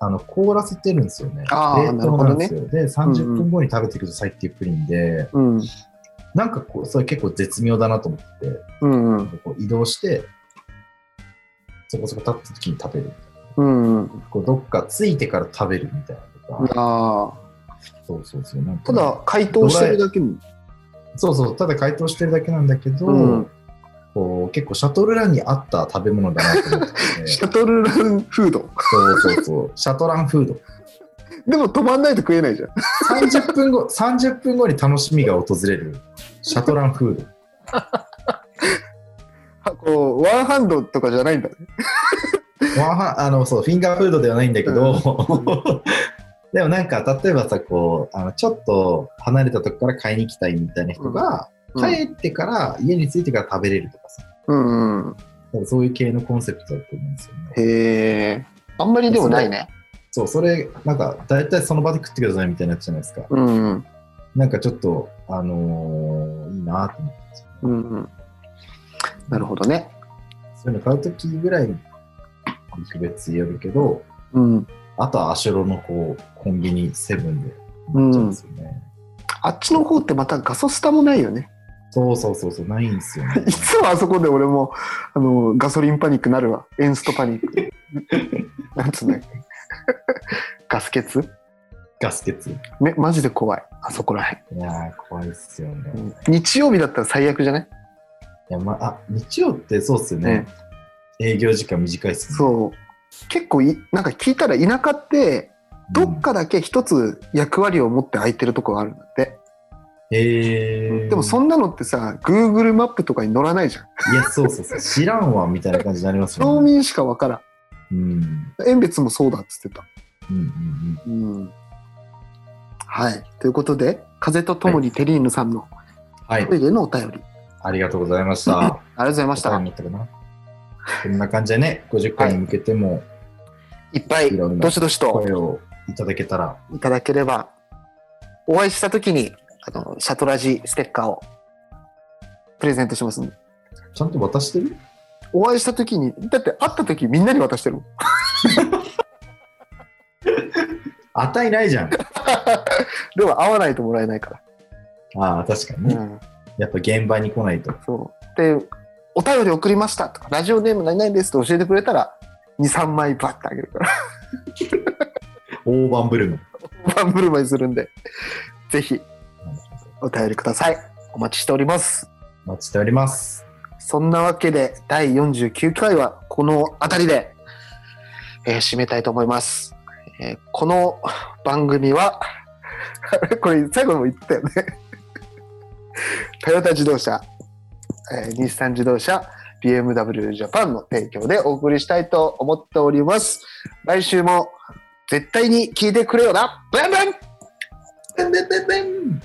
[SPEAKER 3] あの、凍らせてるんですよね。
[SPEAKER 1] あー
[SPEAKER 3] 冷凍なんですよ。で、30分後に食べてくださいっていうプリンで、
[SPEAKER 1] うん。
[SPEAKER 3] なんかこう、それ結構絶妙だなと思ってて、
[SPEAKER 1] うんうん。
[SPEAKER 3] こう移動して、そこそこ立った時に食べる。
[SPEAKER 1] うんうん。
[SPEAKER 3] こうどっかついてから食べるみたいなとか、
[SPEAKER 1] ああ。
[SPEAKER 3] そうそうそう。なんか
[SPEAKER 1] ただ、解凍してるだけに。
[SPEAKER 3] そうそう、ただ解凍してるだけなんだけど、
[SPEAKER 1] うん
[SPEAKER 3] こう結構シャトルランに合った食べ物だなと思ってて
[SPEAKER 1] シャトルランフード。
[SPEAKER 3] そうそうそう、シャトランフード。
[SPEAKER 1] でも止まんないと食えないじゃん。
[SPEAKER 3] 30分後、30分後に楽しみが訪れる、シャトランフード。
[SPEAKER 1] あこう、ワンハンドとかじゃないんだね。
[SPEAKER 3] ワンハンあのそうフィンガーフードではないんだけど、でもなんか、例えばさ、こうあのちょっと離れたとこから買いに来たいみたいな人が、帰ってから、家に着いてから食べれるとかさ、
[SPEAKER 1] うんうん。
[SPEAKER 3] そういう系のコンセプトだと思うんですよね。
[SPEAKER 1] へえ。あんまりでもないね。
[SPEAKER 3] そう、それ、なんか、大体その場で食ってくださいみたいなやつじゃないですか。
[SPEAKER 1] うんうん。
[SPEAKER 3] なんかちょっと、あのーいいなと思ってますよね
[SPEAKER 1] うんうん。なるほどね。
[SPEAKER 3] そういうの買うときぐらい、特別やるけど、
[SPEAKER 1] うん。
[SPEAKER 3] あとはアシュロのこう、コンビニセブンで買っちゃうんですよね。
[SPEAKER 1] あっちの方ってまたガソスタもないよね。
[SPEAKER 3] そうそうそうそう、ないんですよ ね
[SPEAKER 1] い。つもあそこで俺もあのガソリンパニックなるわ。エンストパニック。 なんつうんだっけ。ガス欠
[SPEAKER 3] ガス欠。い
[SPEAKER 1] めマジで怖い。あそこら
[SPEAKER 3] やー、怖いっすよね。
[SPEAKER 1] へ
[SPEAKER 3] い
[SPEAKER 1] ん。日曜日だったら最悪じゃない
[SPEAKER 3] や、まあ、日曜ってそうっすよね。営業時間短いっすよね。
[SPEAKER 1] そう。結構い、なんか聞いたら田舎って、どっかだけ一つ役割を持って空いてるとこがあるんだって。
[SPEAKER 3] うん。へー。
[SPEAKER 1] でもそんなのってさ、Google マップとかに乗らないじゃん。
[SPEAKER 3] いや、そうそうそう。知らんわ、みたいな感じになります
[SPEAKER 1] 町
[SPEAKER 3] よ ね。
[SPEAKER 1] 民しかわからん。
[SPEAKER 3] うん。
[SPEAKER 1] 遠別もそうだっつってた。
[SPEAKER 3] うんうんうん、
[SPEAKER 1] うん。はい。ということで、風とともにテリーヌさんの
[SPEAKER 3] はい
[SPEAKER 1] ト、イレのお便り、
[SPEAKER 3] ありがとうございました。あ
[SPEAKER 1] ありがとうございました。
[SPEAKER 3] ったかな。こんな感じでね、50回に向けても
[SPEAKER 1] いっぱい、
[SPEAKER 3] いろんな
[SPEAKER 1] どしどしと
[SPEAKER 3] 声をいただけたら、
[SPEAKER 1] いただければ、お会いしたときに、あの、シャトラジステッカーをプレゼントしますんで。
[SPEAKER 3] ちゃんと渡してる
[SPEAKER 1] お会いしたときに、だって会ったときみんなに渡してるもん。
[SPEAKER 3] 値ないじゃん。
[SPEAKER 1] では会わないともらえないか
[SPEAKER 3] ああ、確かに
[SPEAKER 1] ら。
[SPEAKER 3] ね、
[SPEAKER 1] うん。
[SPEAKER 3] やっぱ現場に来ないと。
[SPEAKER 1] そう。で、お便り送りましたとか、ラジオネーム何々ですと教えてくれたら、2、3枚バッてあげるから、
[SPEAKER 3] 大盤振る舞い。
[SPEAKER 1] ワンブルマイするんで、ぜひお便りください。お待ちしております。
[SPEAKER 3] お待ちしております。
[SPEAKER 1] そんなわけで、第49回はこの辺りで、えー締めたいと思います。えーこの番組は、 これ最後にも言ってたよね。 トヨタ自動車、えー日産自動車、BMW ジャパンの提供でお送りしたいと思っております。来週も絶対に聞いてくれよな。バンバン
[SPEAKER 3] てんてんてんてん